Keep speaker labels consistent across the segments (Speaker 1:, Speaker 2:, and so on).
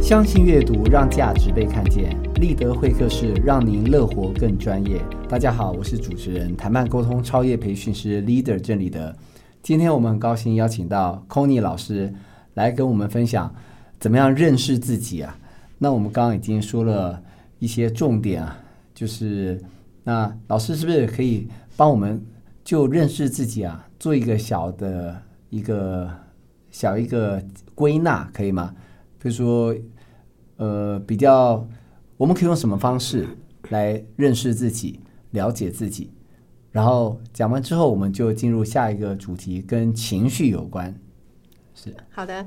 Speaker 1: 相信阅读，让价值被看见。立德会客室让您乐活更专业。大家好，我是主持人、谈判沟通超业培训师 Leader 郑立德。今天我们很高兴邀请到 Kony 老师来跟我们分享怎么样认识自己啊。那我们刚刚已经说了一些重点啊，就是那老师是不是可以帮我们就认识自己啊，做一个小的一个小一个归纳，可以吗？比如说，呃，比较我们可以用什么方式来认识自己、了解自己？然后讲完之后，我们就进入下一个主题，跟情绪有关。
Speaker 2: 好的，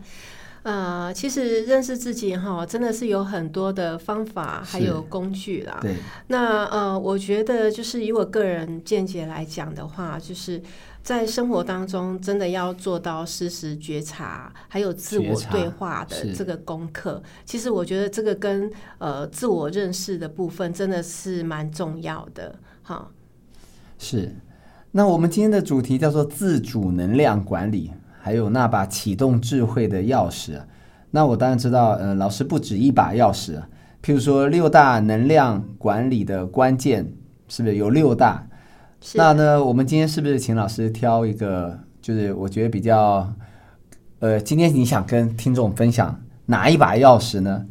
Speaker 2: 呃，其实认识自己哈，真的是有很多的方法，还
Speaker 1: 是
Speaker 2: 有工具啦。
Speaker 1: 对，
Speaker 2: 那呃，我觉得就是以我个人见解来讲的话，就是在生活当中真的要做到适时觉察，还有自
Speaker 1: 觉
Speaker 2: 我
Speaker 1: 察
Speaker 2: 对话的
Speaker 1: 是
Speaker 2: 这个功课。其实我觉得这个跟呃自我认识的部分真的是蛮重要的。好，
Speaker 1: 是。那我们今天的主题叫做自主能量管理，还有那把启动智慧的钥匙。那我当然知道，呃，老师不止一把钥匙，譬如说六大能量管理的关键，是不是有六大？
Speaker 2: 是
Speaker 1: 那呢，我们今天是不是请老师挑一个，就是我觉得比较，呃，今天你想跟听众分享哪一把钥匙呢？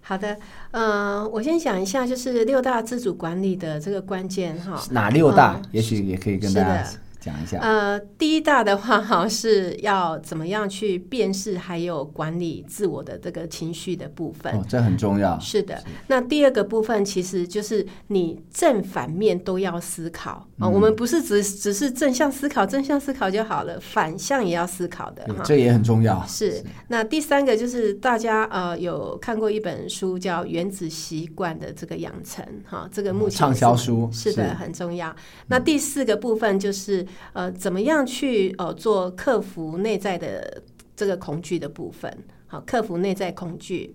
Speaker 2: 好的，呃，我先讲一下，就是六大自主管理的这个关键哈。
Speaker 1: 哪六大？
Speaker 2: 嗯
Speaker 1: 也许也可以跟
Speaker 2: 是
Speaker 1: 大
Speaker 2: 的
Speaker 1: 家讲一下。
Speaker 2: 呃，第一大的话哈，是要怎么样去辨识还有管理自我的这个情绪的部分。
Speaker 1: 哦，这很重要。
Speaker 2: 是的，那第二个部分其实就是你正反面都要思考啊、
Speaker 1: 嗯
Speaker 2: 我们不是只只是正向思考，正向思考就好了，反向也要思考的
Speaker 1: 对
Speaker 2: 哈。
Speaker 1: 这也很重要。
Speaker 2: 是，那第三个就是大家呃有看过一本书叫《原子习惯的这个养成》哈，这个目
Speaker 1: 嗯
Speaker 2: 前
Speaker 1: 畅
Speaker 2: 是
Speaker 1: 销书
Speaker 2: 是的，很重要。那第四个部分就是呃怎么样去呃做克服内在的这个恐惧的部分，好，克服内在恐惧。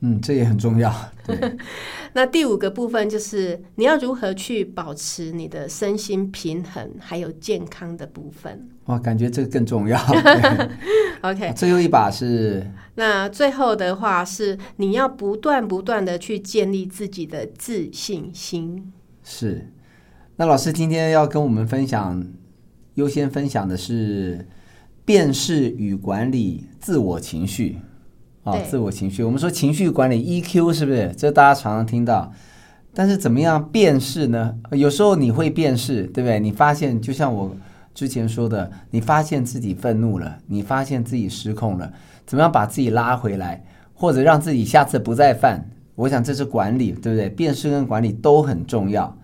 Speaker 1: 嗯，这也很重要。
Speaker 2: 那第五个部分就是你要如何去保持你的身心平衡，还有健康的部分。
Speaker 1: 哇，感觉这个更 重要。对
Speaker 2: OK，
Speaker 1: 最后一把是
Speaker 2: 那最后的话是，你要不断不断的去建立自己的自信心。
Speaker 1: 是，那老师今天要跟我们分享，优先分享的是辨识与管理自我情绪啊，
Speaker 2: 对
Speaker 1: 自我情绪。我们说情绪管理 EQ 是不是？这大家常常听到，但是怎么样辨识呢？有时候你会辨识，对不对？你发现，就像我之前说的，你发现自己愤怒了，你发现自己失控了，怎么样把自己拉回来，或者让自己下次不再犯？我想这是管理，对不对？辨识跟管理都很重要。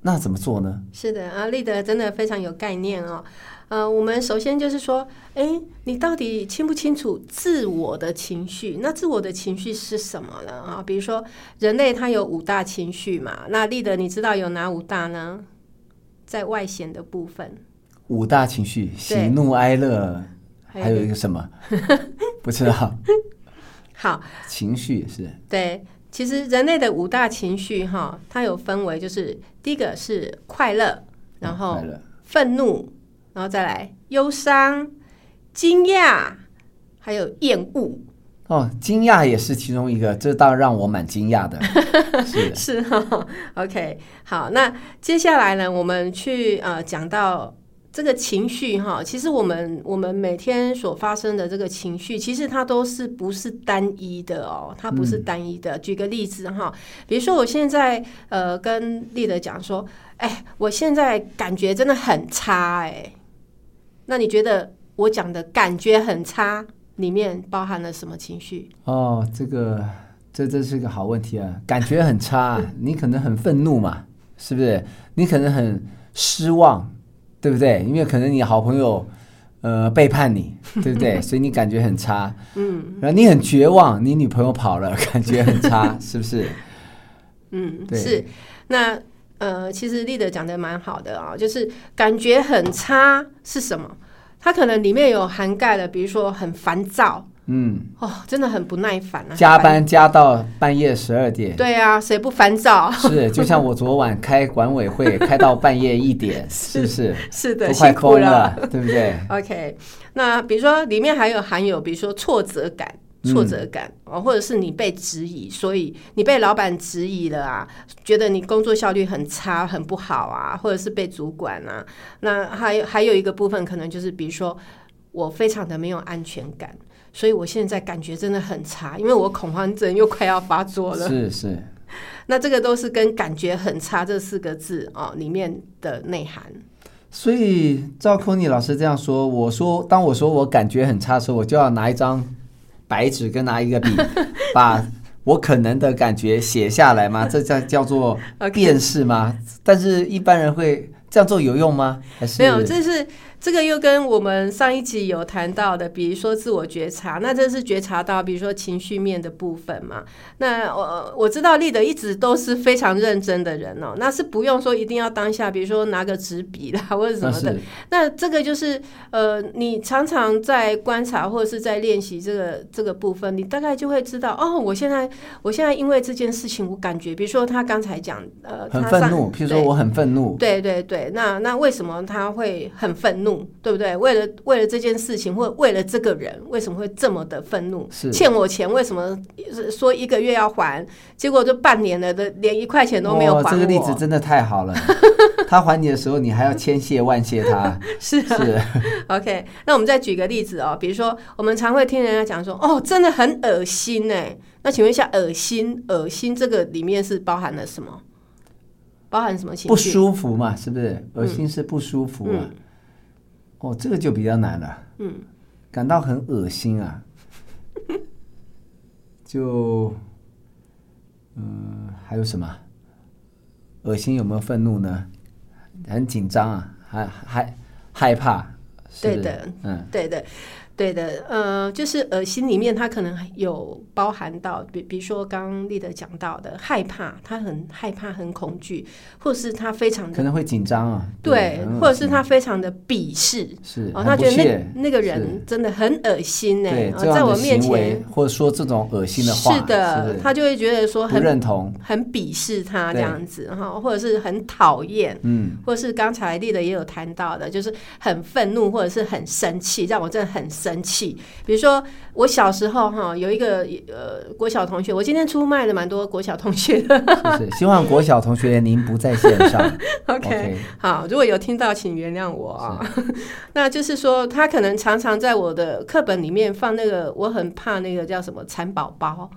Speaker 1: 那怎么做呢？
Speaker 2: 是的啊，立德真的非常有概念哦。呃，我们首先就是说，哎，你到底清不清楚自我的情绪？那自我的情绪是什么呢？啊，比如说人类它有五大情绪嘛，那立德你知道有哪五大呢？在外显的部分，
Speaker 1: 五大情绪：喜
Speaker 2: 对
Speaker 1: 怒哀乐，
Speaker 2: 还
Speaker 1: 还有一个什么？ 不知 道。
Speaker 2: 好，
Speaker 1: 情绪是
Speaker 2: 对，其实人类的五大情绪哈，它有分为，就是第一个是快乐，然后
Speaker 1: 快乐
Speaker 2: 愤怒，然后再来忧伤、惊讶，还有厌恶，
Speaker 1: 哦，惊讶也是其中一个，这倒让我蛮惊 讶的。是
Speaker 2: 是 哈。OK，好，那接下来呢，我们去呃讲到。这个情绪哈，其实我们我们每天所发生的这个情绪，其实它都是不是单一的哦，它不是
Speaker 1: 嗯
Speaker 2: 单一的。举个例子哈，比如说我现在呃跟丽德讲说，哎，我现在感觉真的很差哎、那你觉得我讲的感觉很差里面包含了什么情绪？
Speaker 1: 哦，这个这这是个好问题啊，感觉很差啊、你可能很愤怒嘛，是不是？你可能很失望，对不对？因为可能你好朋友呃背叛你，对不 对？所以你感觉很差。嗯，然后你很绝望，你女朋友跑了，感觉很差，是不 是？
Speaker 2: 嗯，
Speaker 1: 对
Speaker 2: 是。那呃，其实立德讲的蛮好的啊、就是感觉很差是什么？它可能里面有涵盖了，比如说很烦躁，
Speaker 1: 嗯，
Speaker 2: 哦，真的很不耐烦啊，
Speaker 1: 加
Speaker 2: 很
Speaker 1: 班加到半夜十二点
Speaker 2: 烦。。对啊，谁不烦躁？
Speaker 1: 是，就像我昨晚开管委会，开到半夜一点，是不是？
Speaker 2: 是
Speaker 1: 都
Speaker 2: 的，
Speaker 1: 快
Speaker 2: 辛苦
Speaker 1: 疯
Speaker 2: 了。
Speaker 1: 了，对不对？
Speaker 2: OK，那比如说里面还有含有，比如说挫折感，挫折感哦，或者是你被质疑，所以你被老板质疑了啊，觉得你工作效率很差、很不好啊，或者是被主管啊。那还还有一个部分可能就是，比如说我非常的没有安全感，所以我现在感觉真的很差，因为我恐慌症又快要发作了。
Speaker 1: 是是，
Speaker 2: 那这个都是跟“感觉很差”这四个字哦里面的内涵。
Speaker 1: 所以赵坤尼老师这样说，我说当我说我感觉很差的时候，我就要拿一张白纸跟拿一 个笔，把我可能的感觉写下来吗？这叫叫做
Speaker 2: OK
Speaker 1: 辨识吗但是一般人会这样做有用吗？还是
Speaker 2: 没有，这是这个又跟我们上一集有谈到的，比如说自我觉察，那这是觉察到，比如说情绪面的部分嘛。那呃我我知道立德一直都是非常认真的人哦，那是不用说一定要当下，比如说拿个纸笔啦或者什
Speaker 1: 那
Speaker 2: 么的，
Speaker 1: 是
Speaker 2: 那这个就是呃，你常常在观察或者是在练习这个这个部分，你大概就会知道哦，我现在我现在因为这件事情，我感觉，比如说他刚才讲呃，
Speaker 1: 很
Speaker 2: 他
Speaker 1: 愤
Speaker 2: 上
Speaker 1: 怒，譬如说我很愤怒，
Speaker 2: 对对对，那那为什么他会很愤怒，对不对？为了为了这件事情，或为了这个人，为什么会这么的愤怒？
Speaker 1: 是
Speaker 2: 欠我钱，为什么说一个月要还，结果就半年了的，连一块钱都没有还我？
Speaker 1: 哦哇这个例子真的太好 了。他还你的时候，你还要千谢万谢他，
Speaker 2: 是啊
Speaker 1: 是
Speaker 2: OK，那我们再举个例子哦，比如说我们常会听人家讲说，哦，真的很恶心呢。那请问一下，恶心，恶心这个里面是包含了什么？包含什么哦情
Speaker 1: 不
Speaker 2: 绪？嗯
Speaker 1: 舒服嘛，是不是？恶心是不舒服嘛？哦，这个就比较难了。嗯，感到很恶心 啊，就嗯，还有什么？恶心有没有愤怒呢？很紧张啊，还还害怕，是不是
Speaker 2: 对的，
Speaker 1: 嗯，
Speaker 2: 对的，对的，呃，就是恶心里面它可能有包含到，比比如说刚刚丽德讲到的害怕，他很害怕，很恐惧，或者是他非常的
Speaker 1: 可能会紧张啊，
Speaker 2: 对，
Speaker 1: 很恶
Speaker 2: 或者是
Speaker 1: 心
Speaker 2: 他非常的鄙视。
Speaker 1: 是
Speaker 2: 哦，
Speaker 1: 很
Speaker 2: 他
Speaker 1: 不
Speaker 2: 觉得
Speaker 1: 屑
Speaker 2: 那那个
Speaker 1: 是
Speaker 2: 人真的很恶心呢、
Speaker 1: 对
Speaker 2: 哦
Speaker 1: 这
Speaker 2: 在
Speaker 1: 样
Speaker 2: 我
Speaker 1: 的
Speaker 2: 面
Speaker 1: 行为
Speaker 2: 前，
Speaker 1: 或者说这种恶心的话，
Speaker 2: 是的，
Speaker 1: 不是
Speaker 2: 他就会觉得说
Speaker 1: 不
Speaker 2: 很
Speaker 1: 认同，
Speaker 2: 很鄙视他这
Speaker 1: 对
Speaker 2: 样子哈，或者是很讨厌，
Speaker 1: 嗯，
Speaker 2: 或者是刚才丽的也有谈到的，就是很愤怒或者是很生气，让我真的很生气。比如说我小时候哈，有一个呃国小同学，我今天出卖了蛮多国小同学的。
Speaker 1: 是是。希望国小同学您不在线上，OK，
Speaker 2: 好，如果有听到，请原谅我啊。 那就是说，他可能常常在我的课本里面放那个，我很怕那个叫什么蚕宝宝，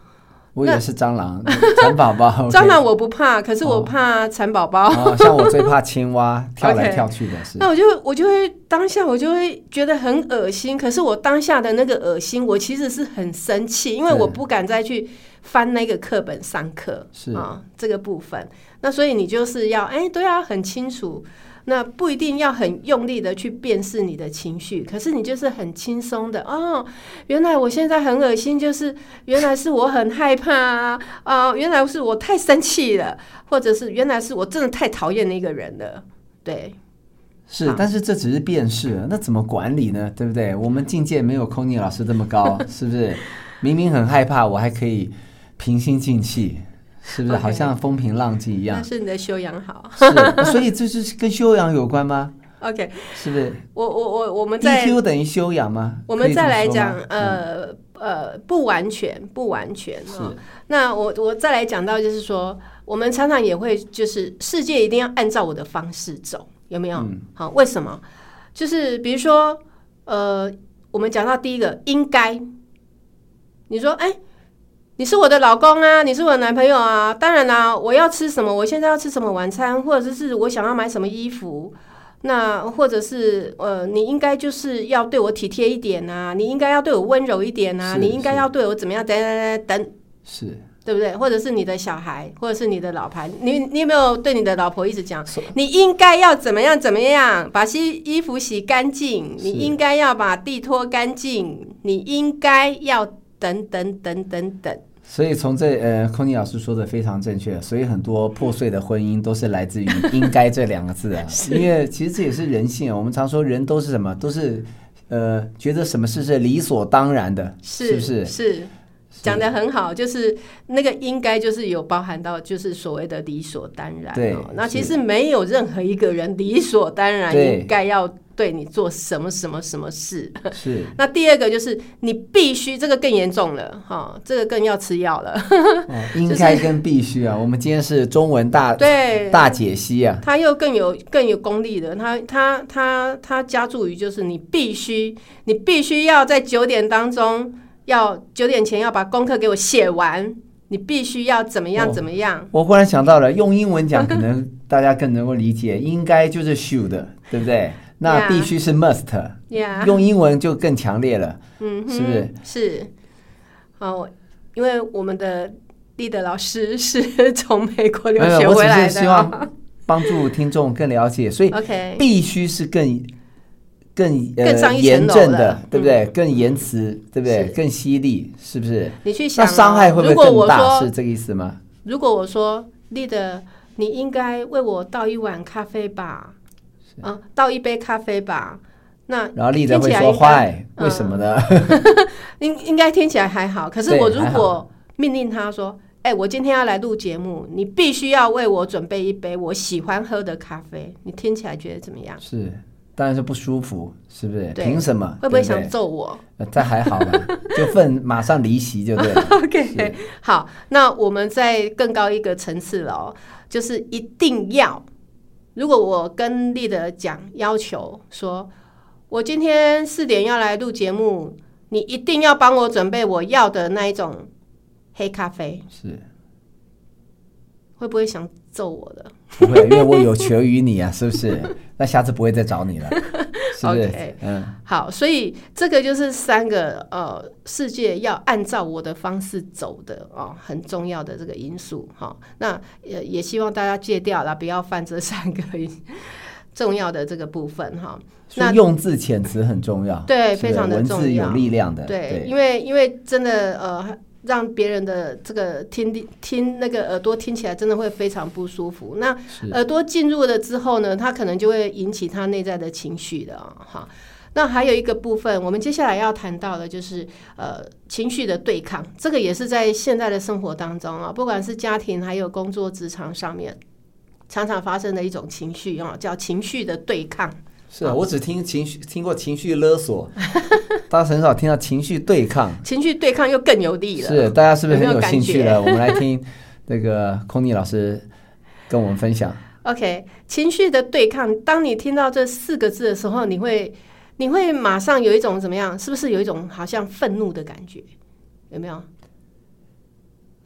Speaker 1: 我以为是蟑螂，蚕宝 宝，
Speaker 2: 蟑螂我不怕，可是
Speaker 1: 哦
Speaker 2: 我怕蚕宝宝。
Speaker 1: 啊，像我最怕青 蛙跳来跳去的是，
Speaker 2: 那我就我就会当下我就会觉得很恶心，可是我当下的那个恶心，我其实是很生气，因为
Speaker 1: 对
Speaker 2: 我不敢再去翻那个课本上课，
Speaker 1: 是
Speaker 2: 啊、这个部分。那所以你就是要哎，对啊，很清楚。那不一定要很用力的去辨识你的情绪，可是你就是很轻松的哦。原来我现在很恶心，就是原来是我很害怕啊，啊、原来是我太生气了，或者是原来是我真的太讨厌那个人了，对。
Speaker 1: 是，但是这只是辨识，那怎么管理呢？对不对？
Speaker 2: 嗯
Speaker 1: 我们境界没有空尼老师这么 高，是不是？明明很害怕，我还可以平心静气，是不是？
Speaker 2: OK
Speaker 1: 好像风平浪静一样
Speaker 2: 那。是你的修养好。
Speaker 1: 是，所以这就是跟修养有关吗？
Speaker 2: OK，
Speaker 1: 是不是
Speaker 2: 我我我我们再
Speaker 1: ？EQ 等于修养吗？
Speaker 2: 我
Speaker 1: 可
Speaker 2: 们
Speaker 1: 以这
Speaker 2: 再
Speaker 1: 么
Speaker 2: 来
Speaker 1: 说
Speaker 2: 讲
Speaker 1: 吗，嗯
Speaker 2: 呃呃，不完全不完全
Speaker 1: 是
Speaker 2: 哦。那我我再来讲到就是说，我们常常也会就是世界一定要按照我的方式走，有没有？
Speaker 1: 嗯
Speaker 2: 好，为什么？就是比如说，呃，我们讲到第一个应该，你说，哎、你是我的老公啊，你是我的男朋友啊，当然啦、我要吃什么，我现在要吃什么晚餐，或者是我想要买什么衣服，那或者是呃，你应该就是要对我体贴一点啊，你应该要对我温柔一点啊，
Speaker 1: 是
Speaker 2: 你应该
Speaker 1: 是
Speaker 2: 要对我怎么样，等等等等，
Speaker 1: 嗯是
Speaker 2: 对不对？或者是你的小孩，或者是你的老婆，你你有没有对你的老婆一直讲
Speaker 1: 是，
Speaker 2: 你应该要怎么样怎么样，把洗衣服洗干净，
Speaker 1: 是
Speaker 2: 你应该要把地拖干净，你应该要等等等等等，
Speaker 1: 所以从这呃，空尼老师说的非常正确，所以很多破碎的婚姻都是来自于“应该”这两个字 啊，因为其实这也是人性啊。我们常说人都是 什么，都是呃，觉得什么事是理所当然的，是不是？
Speaker 2: 是讲的很好，就是那个应该就是有包含到就是所谓的理所当然、
Speaker 1: 对
Speaker 2: 哦。那其
Speaker 1: 是
Speaker 2: 实没有任何一个人理所当然
Speaker 1: 对
Speaker 2: 应该要对你做什么什么什么事。
Speaker 1: 是
Speaker 2: 那第二个就是你必须，这个更严重了哈、这个更要吃药了。
Speaker 1: 哦应该跟必须啊。我们今天是中文大
Speaker 2: 对，
Speaker 1: 大解析啊，
Speaker 2: 他又更有更有功力的，他他他他加注于就是你必须你必须要在九点当中要九点前要把功课给我写完，你必须要怎么样
Speaker 1: 哦
Speaker 2: 怎么样。
Speaker 1: 我忽然想到了，用英文讲可能大家更能够理解，应该就是 should，对不对？那
Speaker 2: Yeah
Speaker 1: 必须是 must，
Speaker 2: 呀、
Speaker 1: 用英文就更强烈了。
Speaker 2: 嗯哼，
Speaker 1: 是不是？
Speaker 2: 是，哦，因为我们的立德老师是从美国留
Speaker 1: 没有，
Speaker 2: 学
Speaker 1: 我
Speaker 2: 回
Speaker 1: 只
Speaker 2: 来
Speaker 1: 是
Speaker 2: 的
Speaker 1: 希
Speaker 2: 哦、
Speaker 1: 望帮助听众更了解， 所以
Speaker 2: OK，
Speaker 1: 必须是更更呃
Speaker 2: 更上一层
Speaker 1: 严正
Speaker 2: 楼
Speaker 1: 的
Speaker 2: 了，
Speaker 1: 对不对？更言辞，对不对？
Speaker 2: 是
Speaker 1: 更犀利，是不是？
Speaker 2: 你去想
Speaker 1: 那
Speaker 2: 哦、
Speaker 1: 伤害会不会
Speaker 2: 如果
Speaker 1: 更
Speaker 2: 我
Speaker 1: 大？
Speaker 2: 说
Speaker 1: 是这个意思吗？
Speaker 2: 如果我说立的，你应该为我倒一碗咖啡吧，啊，倒一杯咖啡吧。那
Speaker 1: 然后丽德会
Speaker 2: 听起来
Speaker 1: 说
Speaker 2: 应该
Speaker 1: why，
Speaker 2: 嗯
Speaker 1: 为什么呢？
Speaker 2: 应应该听起来还好，可是
Speaker 1: 对
Speaker 2: 我如
Speaker 1: 还
Speaker 2: 果命令他说：“哎、我今天要来录节目，你必须要为我准备一杯我喜欢喝的咖啡。”你听起来觉得怎么样？
Speaker 1: 是，当然是不舒服，是不是？
Speaker 2: 对
Speaker 1: 凭什么？
Speaker 2: 会不会
Speaker 1: 啊对
Speaker 2: 想
Speaker 1: 对？
Speaker 2: 揍我
Speaker 1: 呃这还好 吧，就愤马上离席就对了。
Speaker 2: ？OK，好，那我们再更高一个层次了哦，就是一定要。如果我跟立德讲要求说，我今天四点要来录节目，你一定要帮我准备我要的那一种黑咖啡，
Speaker 1: 是，
Speaker 2: 会不会想揍我的？
Speaker 1: 不会，因为我有求于你啊，是不是？那下次不会再找你了，是不是
Speaker 2: OK？
Speaker 1: 嗯，
Speaker 2: 好，所以这个就是三个呃，世界要按照我的方式走的哦，很重要的这个因素哈、那也也希望大家戒掉了，不要犯这三个 重要的这个部分哈、
Speaker 1: 所
Speaker 2: 那
Speaker 1: 以用字遣词很重要，
Speaker 2: 对
Speaker 1: 是不是
Speaker 2: 非常地
Speaker 1: 文
Speaker 2: 重
Speaker 1: 字有
Speaker 2: 要
Speaker 1: 力量的，
Speaker 2: 对，因为因为真的呃，让别人的这个听力听那个耳朵听起来真的会非常不舒服。那
Speaker 1: 是
Speaker 2: 耳朵进入了之后呢，它可能就会引起他内在的情绪的哦哈、那还有一个部分，我们接下来要谈到的就是呃情绪的对抗，这个也是在现在的生活当中啊，不管是家庭还有工作职场上面，常常发生的一种情绪啊，叫情绪的对抗。
Speaker 1: 是啊我只听情绪听过情绪勒 索，大家很少听到情绪对抗，
Speaker 2: 情绪对抗又更有力了，
Speaker 1: 是大家是不是
Speaker 2: 有没
Speaker 1: 很
Speaker 2: 有
Speaker 1: 有
Speaker 2: 感
Speaker 1: 兴趣
Speaker 2: 觉
Speaker 1: 了？我们来听那个空妮老师跟我们分享，
Speaker 2: OK，情绪的对抗，当你听到这四个字的时候，你会你会马上有一种怎么样？是不是有一种好像愤怒的感觉？有没有？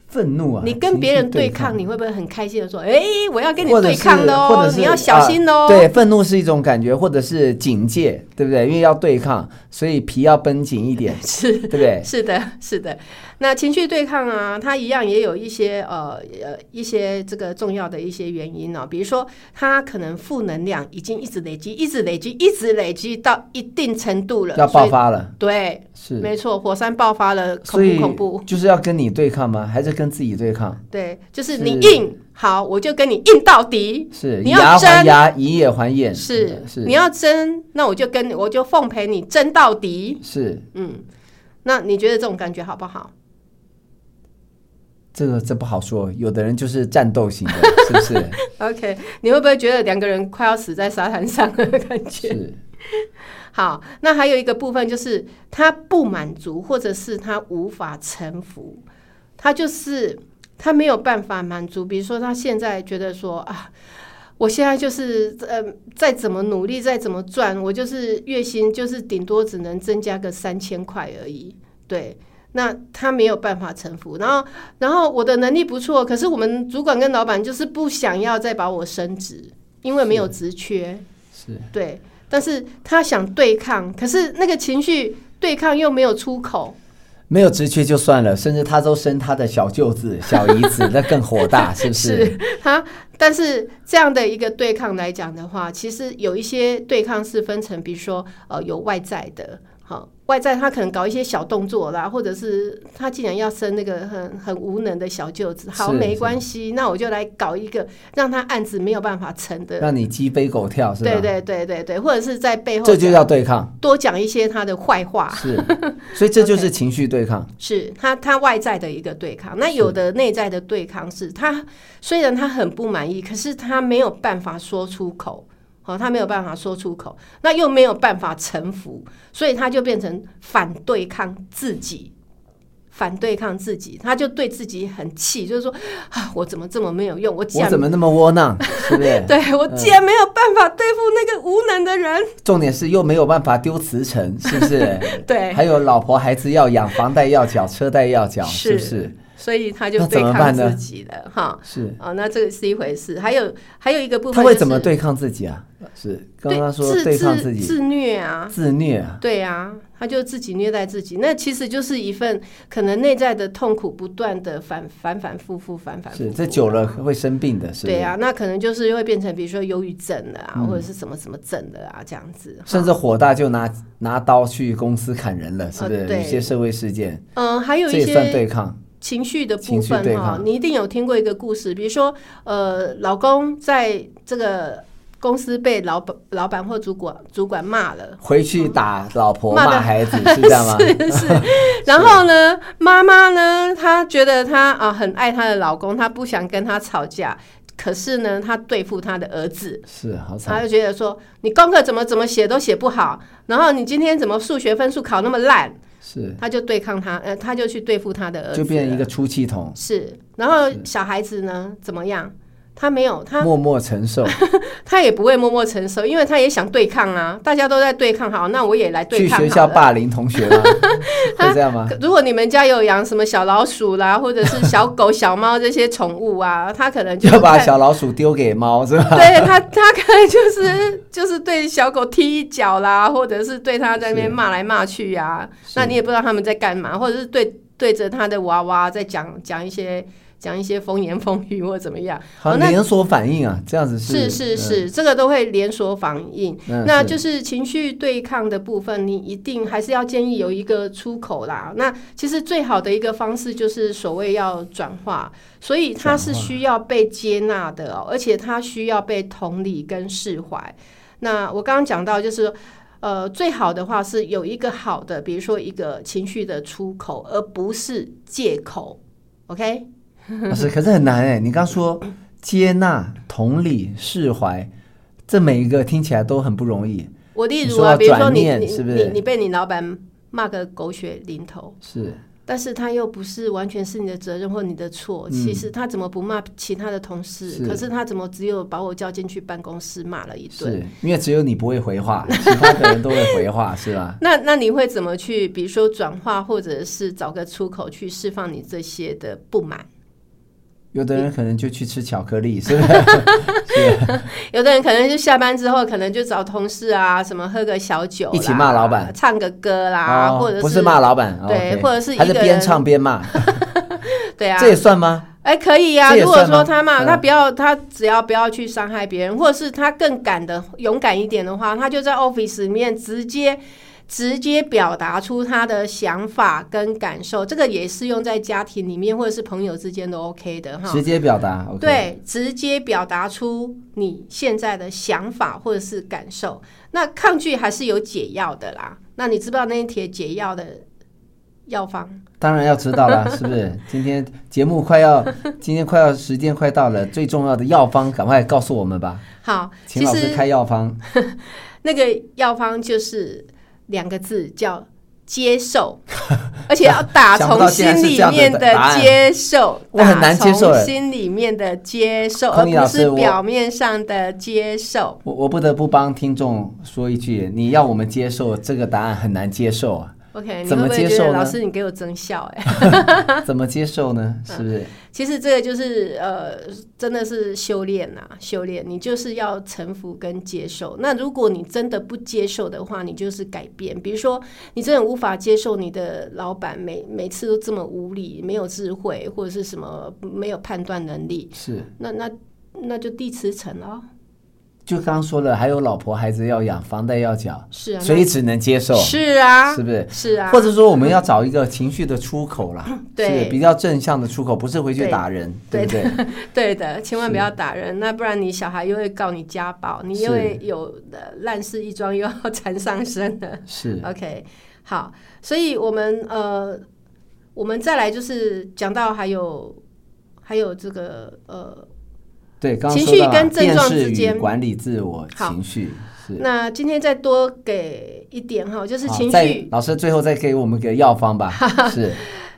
Speaker 1: 愤怒啊，
Speaker 2: 你跟别人
Speaker 1: 情绪对
Speaker 2: 抗，你会不会很开心的说：“哎、我要跟你
Speaker 1: 或者
Speaker 2: 对
Speaker 1: 是
Speaker 2: 抗喽，
Speaker 1: 或者是
Speaker 2: 你要小心喽。
Speaker 1: 啊对，愤怒是一种感觉，或者是警戒，对不对？因为要对抗，所以皮要绷紧一点，
Speaker 2: 是
Speaker 1: 对不对？
Speaker 2: 是的，是的。那情绪对抗啊，它一样也有一些呃呃一些这个重要的一些原因哦，比如说它可能负能量已经一直累积，一直累积，一直累积到一定程度了，
Speaker 1: 要
Speaker 2: 所
Speaker 1: 爆
Speaker 2: 以
Speaker 1: 发了，
Speaker 2: 对，
Speaker 1: 是，
Speaker 2: 没错，火山爆发了，
Speaker 1: 所
Speaker 2: 恐
Speaker 1: 以
Speaker 2: 怖恐怖。
Speaker 1: 就是要跟你对抗吗？还是跟自己对抗？
Speaker 2: 对，就是
Speaker 1: 是
Speaker 2: 你硬好，我就跟你硬到底。
Speaker 1: 是
Speaker 2: 你
Speaker 1: 以
Speaker 2: 要
Speaker 1: 牙还
Speaker 2: 争
Speaker 1: 牙，以眼还眼，
Speaker 2: 是
Speaker 1: 呃，是
Speaker 2: 你要争，那我就跟我就奉陪你争到底。
Speaker 1: 是
Speaker 2: 嗯，那你觉得这种感觉好不好？
Speaker 1: 这个这不好说，有的人就是战斗型的，是不是？
Speaker 2: OK，你会不会觉得两个人快要死在沙滩上的感觉？
Speaker 1: 是
Speaker 2: 好，那还有一个部分就是他不满足，或者是他无法臣服，他就是他没有办法满足。比如说，他现在觉得说啊，我现在就是呃，再怎么努力，再怎么赚，我就是月薪就是顶多只能增加个三千块而已，对。那他没有办法臣服，然后，然后我的能力不错，可是我们主管跟老板就是不想要再把我升职，因为没有职缺。
Speaker 1: 是
Speaker 2: 对，但是他想对抗，可是那个情绪对抗又没有出口，
Speaker 1: 没有直缺就 算了，甚至他都生他的小舅子、小姨子，那更火大，是不是？
Speaker 2: 他但是这样的一个对抗来讲的话，其实有一些对抗是分成，比如说呃有外在的，好、外在他可能搞一些小动作啦，或者是他竟然要生那个很很无能的小舅子，好
Speaker 1: 是
Speaker 2: 没
Speaker 1: 是
Speaker 2: 关系，那我就来搞一个让他案子没有办法成的，
Speaker 1: 让你鸡飞狗跳是吧？啊
Speaker 2: 对对对对对，或者是在背后
Speaker 1: 这就
Speaker 2: 讲
Speaker 1: 叫对抗，
Speaker 2: 多讲一些他的坏话，
Speaker 1: 是， 所以这 就是情绪对抗。
Speaker 2: 是他他外在的一个对抗，那有的内在的对抗是他虽然他很不满意，可是他没有办法说出口，好、他没有办法说出口，那又没有办法臣服，所以他就变成反对抗自己，反对抗自己，他就对自己很气，就是说啊，我怎么这么没有用，我竟
Speaker 1: 我
Speaker 2: 然
Speaker 1: 怎么嗯那么窝囊，是不 是？
Speaker 2: 对我竟然没有办法对付那个无能的人，
Speaker 1: 重点是又没有办法丢辞呈，是不是？
Speaker 2: 对，
Speaker 1: 还有老婆孩子要养，房贷要缴，车贷要缴，是不是？
Speaker 2: 所以他就
Speaker 1: 那
Speaker 2: 对
Speaker 1: 怎么
Speaker 2: 抗
Speaker 1: 办呢
Speaker 2: 自己了，哈。
Speaker 1: 是，
Speaker 2: 哦，那这个是一回事，还有还有一个部分、就
Speaker 1: 他
Speaker 2: 是，
Speaker 1: 会怎么对抗自己啊？是刚
Speaker 2: 对
Speaker 1: 刚说
Speaker 2: 自
Speaker 1: 对抗
Speaker 2: 自
Speaker 1: 自己，
Speaker 2: 自虐啊，
Speaker 1: 自虐啊，
Speaker 2: 对啊，他就自己虐待自己，那其实就是一份可能内在的痛苦不断的反反反复复，反反复复啊
Speaker 1: 是这久了会生病的，是不嗯
Speaker 2: 对
Speaker 1: 是？
Speaker 2: 啊，那可能就是会变成比如说忧郁症了啊，或者是什么什么症了啊，这样子。
Speaker 1: 甚至火大就拿拿刀去公司砍人了，是不是？
Speaker 2: 呃对
Speaker 1: 有些社会事件，
Speaker 2: 嗯，还有
Speaker 1: 这
Speaker 2: 一
Speaker 1: 也算
Speaker 2: 些
Speaker 1: 对抗，
Speaker 2: 情绪的部
Speaker 1: 情绪
Speaker 2: 分
Speaker 1: 对
Speaker 2: 哈、
Speaker 1: 抗
Speaker 2: 你一定有听过一个故事，比如说呃，老公在这个公司被老板老板或主管主管骂了。
Speaker 1: 回去打老婆
Speaker 2: 呃骂得
Speaker 1: 骂孩 子，是这样吗？
Speaker 2: 是是， 然后呢，妈妈呢，她觉得她啊很爱她的老公，她不想跟他吵架，可是呢，她对付她的儿子，
Speaker 1: 是，好惨。
Speaker 2: 她就觉得说你功课怎么怎么写都写不好，然后你今天怎么数学分数考那么烂，
Speaker 1: 是，
Speaker 2: 她就对抗他，呃，她就去对付她的儿子了，
Speaker 1: 就变成一个出气筒，
Speaker 2: 是，然后小孩子呢怎么样？他没有，他
Speaker 1: 默默承受，
Speaker 2: 他也不会默默承受，因为他也想对抗啊，大家都在对抗，好，那我也来 对
Speaker 1: 去
Speaker 2: 抗好
Speaker 1: 学
Speaker 2: 了。
Speaker 1: 校霸凌同学 吗？会这样吗？
Speaker 2: 可如果你们家有养什么小老鼠啦，或者是小狗、小猫这些宠 物啊，它可能 就
Speaker 1: 就把
Speaker 2: 看
Speaker 1: 小老鼠丢给猫是吧？
Speaker 2: 对它，它可能就是就是对小狗踢一脚啦，或者是对它在那边
Speaker 1: 是
Speaker 2: 骂来骂去呀、
Speaker 1: 是
Speaker 2: 那你也不知道他们在干嘛，或者是对对着它的娃娃在讲讲一些讲一些风言风语或怎么样。
Speaker 1: 好
Speaker 2: 哦
Speaker 1: 像
Speaker 2: 那
Speaker 1: 连锁反应啊，这样子
Speaker 2: 是是，是，这个都会连锁反应。
Speaker 1: 嗯嗯
Speaker 2: 那
Speaker 1: 是
Speaker 2: 就是情绪对抗的部分，你一定还是要建议有一个出口啦。那其实最好的一个方式就是所谓要转化，所以它是需要被接纳的、哦，而且它需要被同理跟释怀。那我刚刚讲到就是说。呃，最好的话是有一个好的，比如说一个情绪的出口，而不是借口。OK，
Speaker 1: 老师，可是很难哎。你刚说接纳、同理、释怀，这每一个听起来都很不容易。
Speaker 2: 我例
Speaker 1: 你
Speaker 2: 如
Speaker 1: 说
Speaker 2: 啊，
Speaker 1: 到
Speaker 2: 比如说
Speaker 1: 转
Speaker 2: 你
Speaker 1: 念
Speaker 2: 你
Speaker 1: 是不
Speaker 2: 你
Speaker 1: 是
Speaker 2: 你被你老板骂个狗血淋头，
Speaker 1: 是
Speaker 2: 但是他又不是完全是你的责任或你的错。其实他怎么不骂其他的同事？
Speaker 1: 嗯是
Speaker 2: 可是他怎么只有把我叫进去办公室骂了一顿？
Speaker 1: 是，因为只有你不会回话，其他的人都会回 话，是吧？
Speaker 2: 那那你会怎么去，比如说转化，或者是找个出口去释放你这些的不满？
Speaker 1: 有的人可能就去吃巧克
Speaker 2: 啊
Speaker 1: 力，是不是？
Speaker 2: 有的人可能就下班之后，可能就找同事啊，什么喝个小酒啦，
Speaker 1: 一起骂老板
Speaker 2: 唱个歌啦，
Speaker 1: 哦
Speaker 2: 或者
Speaker 1: 不是骂老板，哦
Speaker 2: 对
Speaker 1: OK
Speaker 2: 或者是一
Speaker 1: 还是
Speaker 2: 个
Speaker 1: 边
Speaker 2: 人
Speaker 1: 唱边 骂，
Speaker 2: 对啊，
Speaker 1: 这也算吗？
Speaker 2: 哎，可以呀、
Speaker 1: 这也
Speaker 2: 如果
Speaker 1: 算吗
Speaker 2: 说他嘛，
Speaker 1: 嗯
Speaker 2: 他不要，他只要不要去伤害别人，或者是他更敢的、勇敢一点的话，他就在 office 里面直接直接表达出他的想法跟感受。这个也适用在家庭里面或者是朋友之间都 OK 的 哈。
Speaker 1: 直接表达，OK，
Speaker 2: 对，直接表达出你现在的想法或者是感受。那抗拒还是有解药的啦。那你知不知道那一帖解药的药方？
Speaker 1: 当然要知道 了，是不是？今天节目快要，今天快要时间快到了，最重要的药方赶快告诉我们吧，
Speaker 2: 好，
Speaker 1: 请
Speaker 2: 其
Speaker 1: 老
Speaker 2: 实
Speaker 1: 师开药方。
Speaker 2: 那个药方就是两个字，叫接受， 而且要 打
Speaker 1: 想不
Speaker 2: 从
Speaker 1: 到竟
Speaker 2: 心
Speaker 1: 然是
Speaker 2: 里
Speaker 1: 这样的
Speaker 2: 面的
Speaker 1: 答案
Speaker 2: 接受，
Speaker 1: 我很难接受
Speaker 2: 打
Speaker 1: 哎
Speaker 2: 从心里面的接受，而
Speaker 1: 康妮老
Speaker 2: 不
Speaker 1: 师
Speaker 2: 是
Speaker 1: 我
Speaker 2: 表面上的接受。
Speaker 1: 我我不得不帮听众说一句，你要我们接受这个答案很难接受 啊，
Speaker 2: OK，你
Speaker 1: 怎
Speaker 2: 会
Speaker 1: 么
Speaker 2: 不会
Speaker 1: 接
Speaker 2: 觉
Speaker 1: 受
Speaker 2: 得
Speaker 1: 呢
Speaker 2: 老师你给我增效、哎，
Speaker 1: 怎么接受呢？
Speaker 2: 嗯
Speaker 1: 是不是？
Speaker 2: 其实这个就是呃，真的是修炼呐、啊修炼，你就是要臣服跟接受。那如果你真的不接受的话，你就是改变。比如说，你真的无法接受你的老板每每次都这么无理、没有智慧，或者是什么没有判断能力，
Speaker 1: 是
Speaker 2: 那那那就地磁层了哦。
Speaker 1: 就刚刚说了，还有老婆孩子要养，房贷要缴，
Speaker 2: 是啊，
Speaker 1: 所以只能接受
Speaker 2: 那，是啊，
Speaker 1: 是不是？
Speaker 2: 是 啊，
Speaker 1: 或者说，我们要找一个情绪的出口啦，
Speaker 2: 对
Speaker 1: 是不是比较正向的出口，不是回去
Speaker 2: 对
Speaker 1: 打人，
Speaker 2: 对
Speaker 1: 不对？
Speaker 2: 对的，千万不要打人，那不然你小孩又会告你家暴，你又会有呃烂事一桩，又要 缠上身 了。
Speaker 1: 是
Speaker 2: OK，好，所以我们呃，我们再来就是讲到还有还有这个呃，
Speaker 1: 对，刚刚
Speaker 2: 情
Speaker 1: 说到
Speaker 2: 绪
Speaker 1: 了
Speaker 2: 跟症
Speaker 1: 辨
Speaker 2: 状
Speaker 1: 识
Speaker 2: 之
Speaker 1: 与
Speaker 2: 间
Speaker 1: 管理自我
Speaker 2: 好
Speaker 1: 情绪是。
Speaker 2: 那今天再多给一点哈，就是
Speaker 1: 好
Speaker 2: 情
Speaker 1: 再
Speaker 2: 绪、
Speaker 1: 老师最后再给我们个药方吧， 是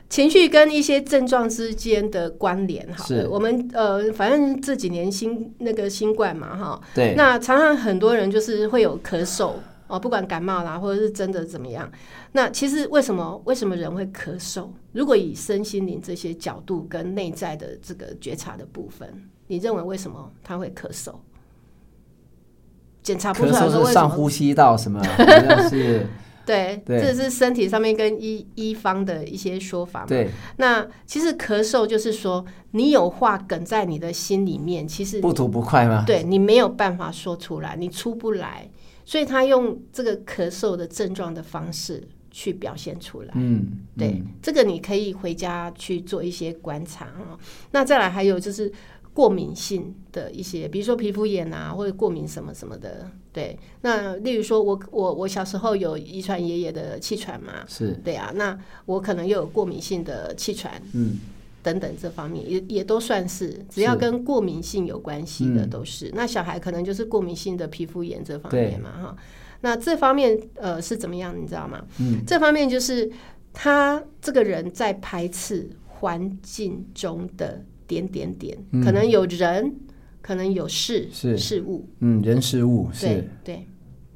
Speaker 2: 情绪跟一些症状之间的关联哈。
Speaker 1: 是
Speaker 2: 我们呃，反正这几年新那个新冠嘛哈，
Speaker 1: 对，
Speaker 2: 那常常很多人就是会有咳嗽哦，不管感冒啦，或者是真的怎么样。那其实为什么为什么人会咳嗽？如果以身心灵这些角度跟内在的这个觉察的部分，你认为为什么他会咳嗽？检查不
Speaker 1: 咳
Speaker 2: 出来说
Speaker 1: 嗽
Speaker 2: 为
Speaker 1: 是
Speaker 2: 什
Speaker 1: 上
Speaker 2: 么？
Speaker 1: 呼吸道 什么，好像是
Speaker 2: 对，
Speaker 1: 对
Speaker 2: 这是身体上面跟医医方的一些说法嘛。
Speaker 1: 对
Speaker 2: 那其实咳嗽就是说，你有话梗在你的心里面，其实
Speaker 1: 不吐不快吗？
Speaker 2: 对你没有办法说出来，你出不来，所以他用这个咳嗽的症状的方式去表现出来。
Speaker 1: 嗯，
Speaker 2: 对，
Speaker 1: 嗯
Speaker 2: 这个你可以回家去做一些观察哦。那再来还有就是过敏性的一些，比如说皮肤炎啊，或者过敏什么什么的。对，那例如说我我我小时候有遗传爷爷的气喘嘛，
Speaker 1: 嗯是
Speaker 2: 对啊，那我可能又有过敏性的气喘
Speaker 1: 嗯
Speaker 2: 等等这方面也也都算是，只要
Speaker 1: 是
Speaker 2: 跟过敏性有关系的
Speaker 1: 嗯
Speaker 2: 都是。那小孩可能就是过敏性的皮肤炎这方
Speaker 1: 对
Speaker 2: 面嘛，哈。那这方面呃是怎么样，你知道吗？
Speaker 1: 嗯，
Speaker 2: 这方面就是他这个人在排斥环境中的点点点，
Speaker 1: 嗯
Speaker 2: 可能有人，可能有事
Speaker 1: 是
Speaker 2: 事物，
Speaker 1: 嗯，人事物
Speaker 2: 对
Speaker 1: 是，
Speaker 2: 对，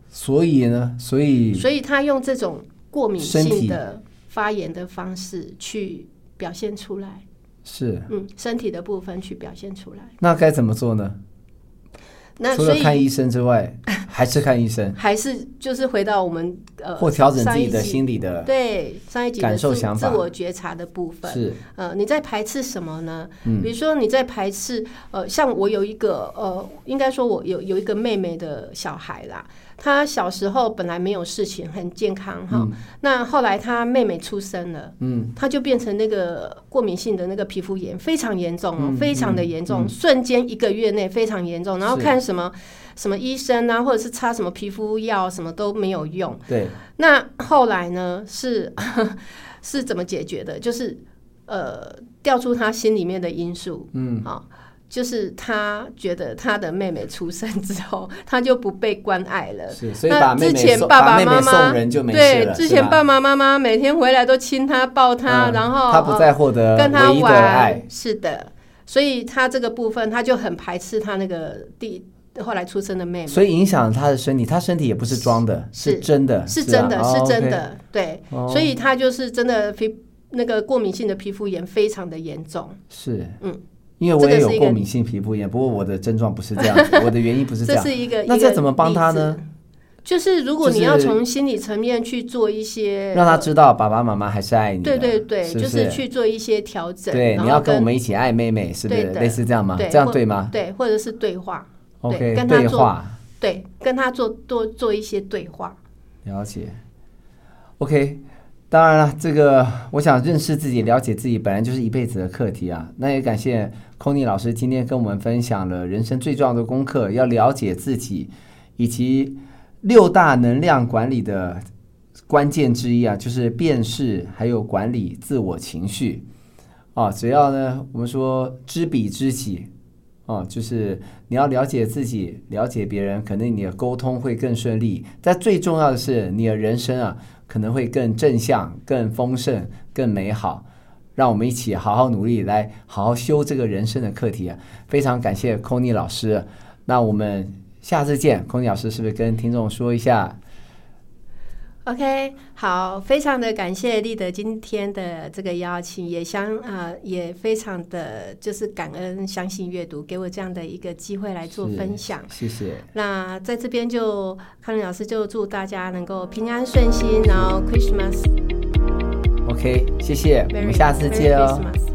Speaker 1: 所以呢，所以
Speaker 2: 所以他用这种过敏
Speaker 1: 身体
Speaker 2: 性的发炎的方式去表现出来，
Speaker 1: 是
Speaker 2: 嗯，身体的部分去表现出来。
Speaker 1: 那该怎么做呢？
Speaker 2: 那
Speaker 1: 除
Speaker 2: 所
Speaker 1: 了
Speaker 2: 以
Speaker 1: 看医生之 外，还是看医生，
Speaker 2: 还是就是回到我们呃，
Speaker 1: 或调整自己
Speaker 2: 上
Speaker 1: 的
Speaker 2: 一集
Speaker 1: 心理的
Speaker 2: 对上一集
Speaker 1: 感
Speaker 2: 的
Speaker 1: 受
Speaker 2: 自
Speaker 1: 想法
Speaker 2: 自我觉察的部分。
Speaker 1: 是
Speaker 2: 呃，你在排斥什么呢？比如说你在排斥呃，像我有一个呃，应该说我有有一个妹妹的小孩啦，她小时候本来没有事情，很健康哈。那后来她妹妹出生了，嗯，她就变成那个过敏性的那个皮肤炎，非常严重哦，非常的严重，瞬间一个月内非常严重，然后
Speaker 1: 是
Speaker 2: 看什么。什么医生啊，或者是擦什么皮肤药，什么都没有用。
Speaker 1: 对
Speaker 2: 那后来呢？是 是怎么解决的？就是呃，调出他心里面的因素，嗯，好、就是他觉得他的妹妹出生之后，他就不被关爱了。
Speaker 1: 是，所以
Speaker 2: 呃那
Speaker 1: 把妹
Speaker 2: 之
Speaker 1: 妹
Speaker 2: 前
Speaker 1: 送
Speaker 2: 爸
Speaker 1: 把
Speaker 2: 爸
Speaker 1: 妹妹
Speaker 2: 妈妈
Speaker 1: 送人就没事
Speaker 2: 对
Speaker 1: 了，，
Speaker 2: 之
Speaker 1: 是
Speaker 2: 前
Speaker 1: 吧
Speaker 2: 爸爸妈妈每天回来都亲他、抱他，
Speaker 1: 嗯
Speaker 2: 然后
Speaker 1: 他不
Speaker 2: 呃
Speaker 1: 再获得
Speaker 2: 跟他
Speaker 1: 唯一的爱
Speaker 2: 玩，，是的，所以他这个部分他就很排斥他那个第后来出生的妹妹。
Speaker 1: 所以影响他的身体，他身体也不是装的，
Speaker 2: 是
Speaker 1: 真的，
Speaker 2: 是
Speaker 1: 吧
Speaker 2: 真的，
Speaker 1: 哦
Speaker 2: 是真
Speaker 1: OK
Speaker 2: 的，对，
Speaker 1: 哦
Speaker 2: 所以他就是真的皮那个过敏性的皮肤炎非常的严重，
Speaker 1: 是
Speaker 2: 嗯，
Speaker 1: 因为我也
Speaker 2: 这个是
Speaker 1: 有
Speaker 2: 一个
Speaker 1: 过敏性皮肤炎，不过我的症状不是这样 子，我的原因不是这
Speaker 2: 这
Speaker 1: 样。
Speaker 2: 是一个
Speaker 1: 那这怎么帮他？
Speaker 2: 一个
Speaker 1: 呢
Speaker 2: 例子？就是如果
Speaker 1: 就是
Speaker 2: 你要从心理层面去做一些，
Speaker 1: 让他
Speaker 2: 呃
Speaker 1: 知道爸爸妈妈还是爱你的，啊
Speaker 2: 对对对，
Speaker 1: 是不
Speaker 2: 就是去做一些调整，
Speaker 1: 对，
Speaker 2: 然
Speaker 1: 你
Speaker 2: 后
Speaker 1: 要跟我们一起爱妹妹，是不是
Speaker 2: 对的
Speaker 1: 类似这样吗？
Speaker 2: 对
Speaker 1: 这样
Speaker 2: 或
Speaker 1: 对吗
Speaker 2: 对，或者是对话，对
Speaker 1: ？OK，
Speaker 2: 跟他
Speaker 1: 对
Speaker 2: 做
Speaker 1: 话
Speaker 2: 对，跟他做多做一些对话，
Speaker 1: 了解。OK，当然了，这个我想认识自己、了解自己，本来就是一辈子的课题啊。那也感谢 c o n y 老师今天跟我们分享了人生最重要的功课，要了解自己，以及六大能量管理的关键之一啊，就是辨识还有管理自我情绪。啊，只要呢，我们说知彼知己，哦，就是你要了解自己，了解别人，可能你的沟通会更顺利。但最重要的是，你的人生啊，可能会更正向、更丰盛、更美好。让我们一起好好努力，来好好修这个人生的课题啊！非常感谢 c o n y 老师，那我们下次见。c o n y 老师是不是跟听众说一下？
Speaker 2: OK，好，非常的感谢立德今天的这个邀请，也相啊、也非常的就是感恩相信阅读给我这样的一个机会来做
Speaker 1: 是
Speaker 2: 分享。
Speaker 1: 谢谢。
Speaker 2: 那在这边就康林老师就祝大家能够平安顺心，然后 Christmas
Speaker 1: OK，谢谢，我
Speaker 2: Merry
Speaker 1: 们下次见哦。哦
Speaker 2: Merry Christmas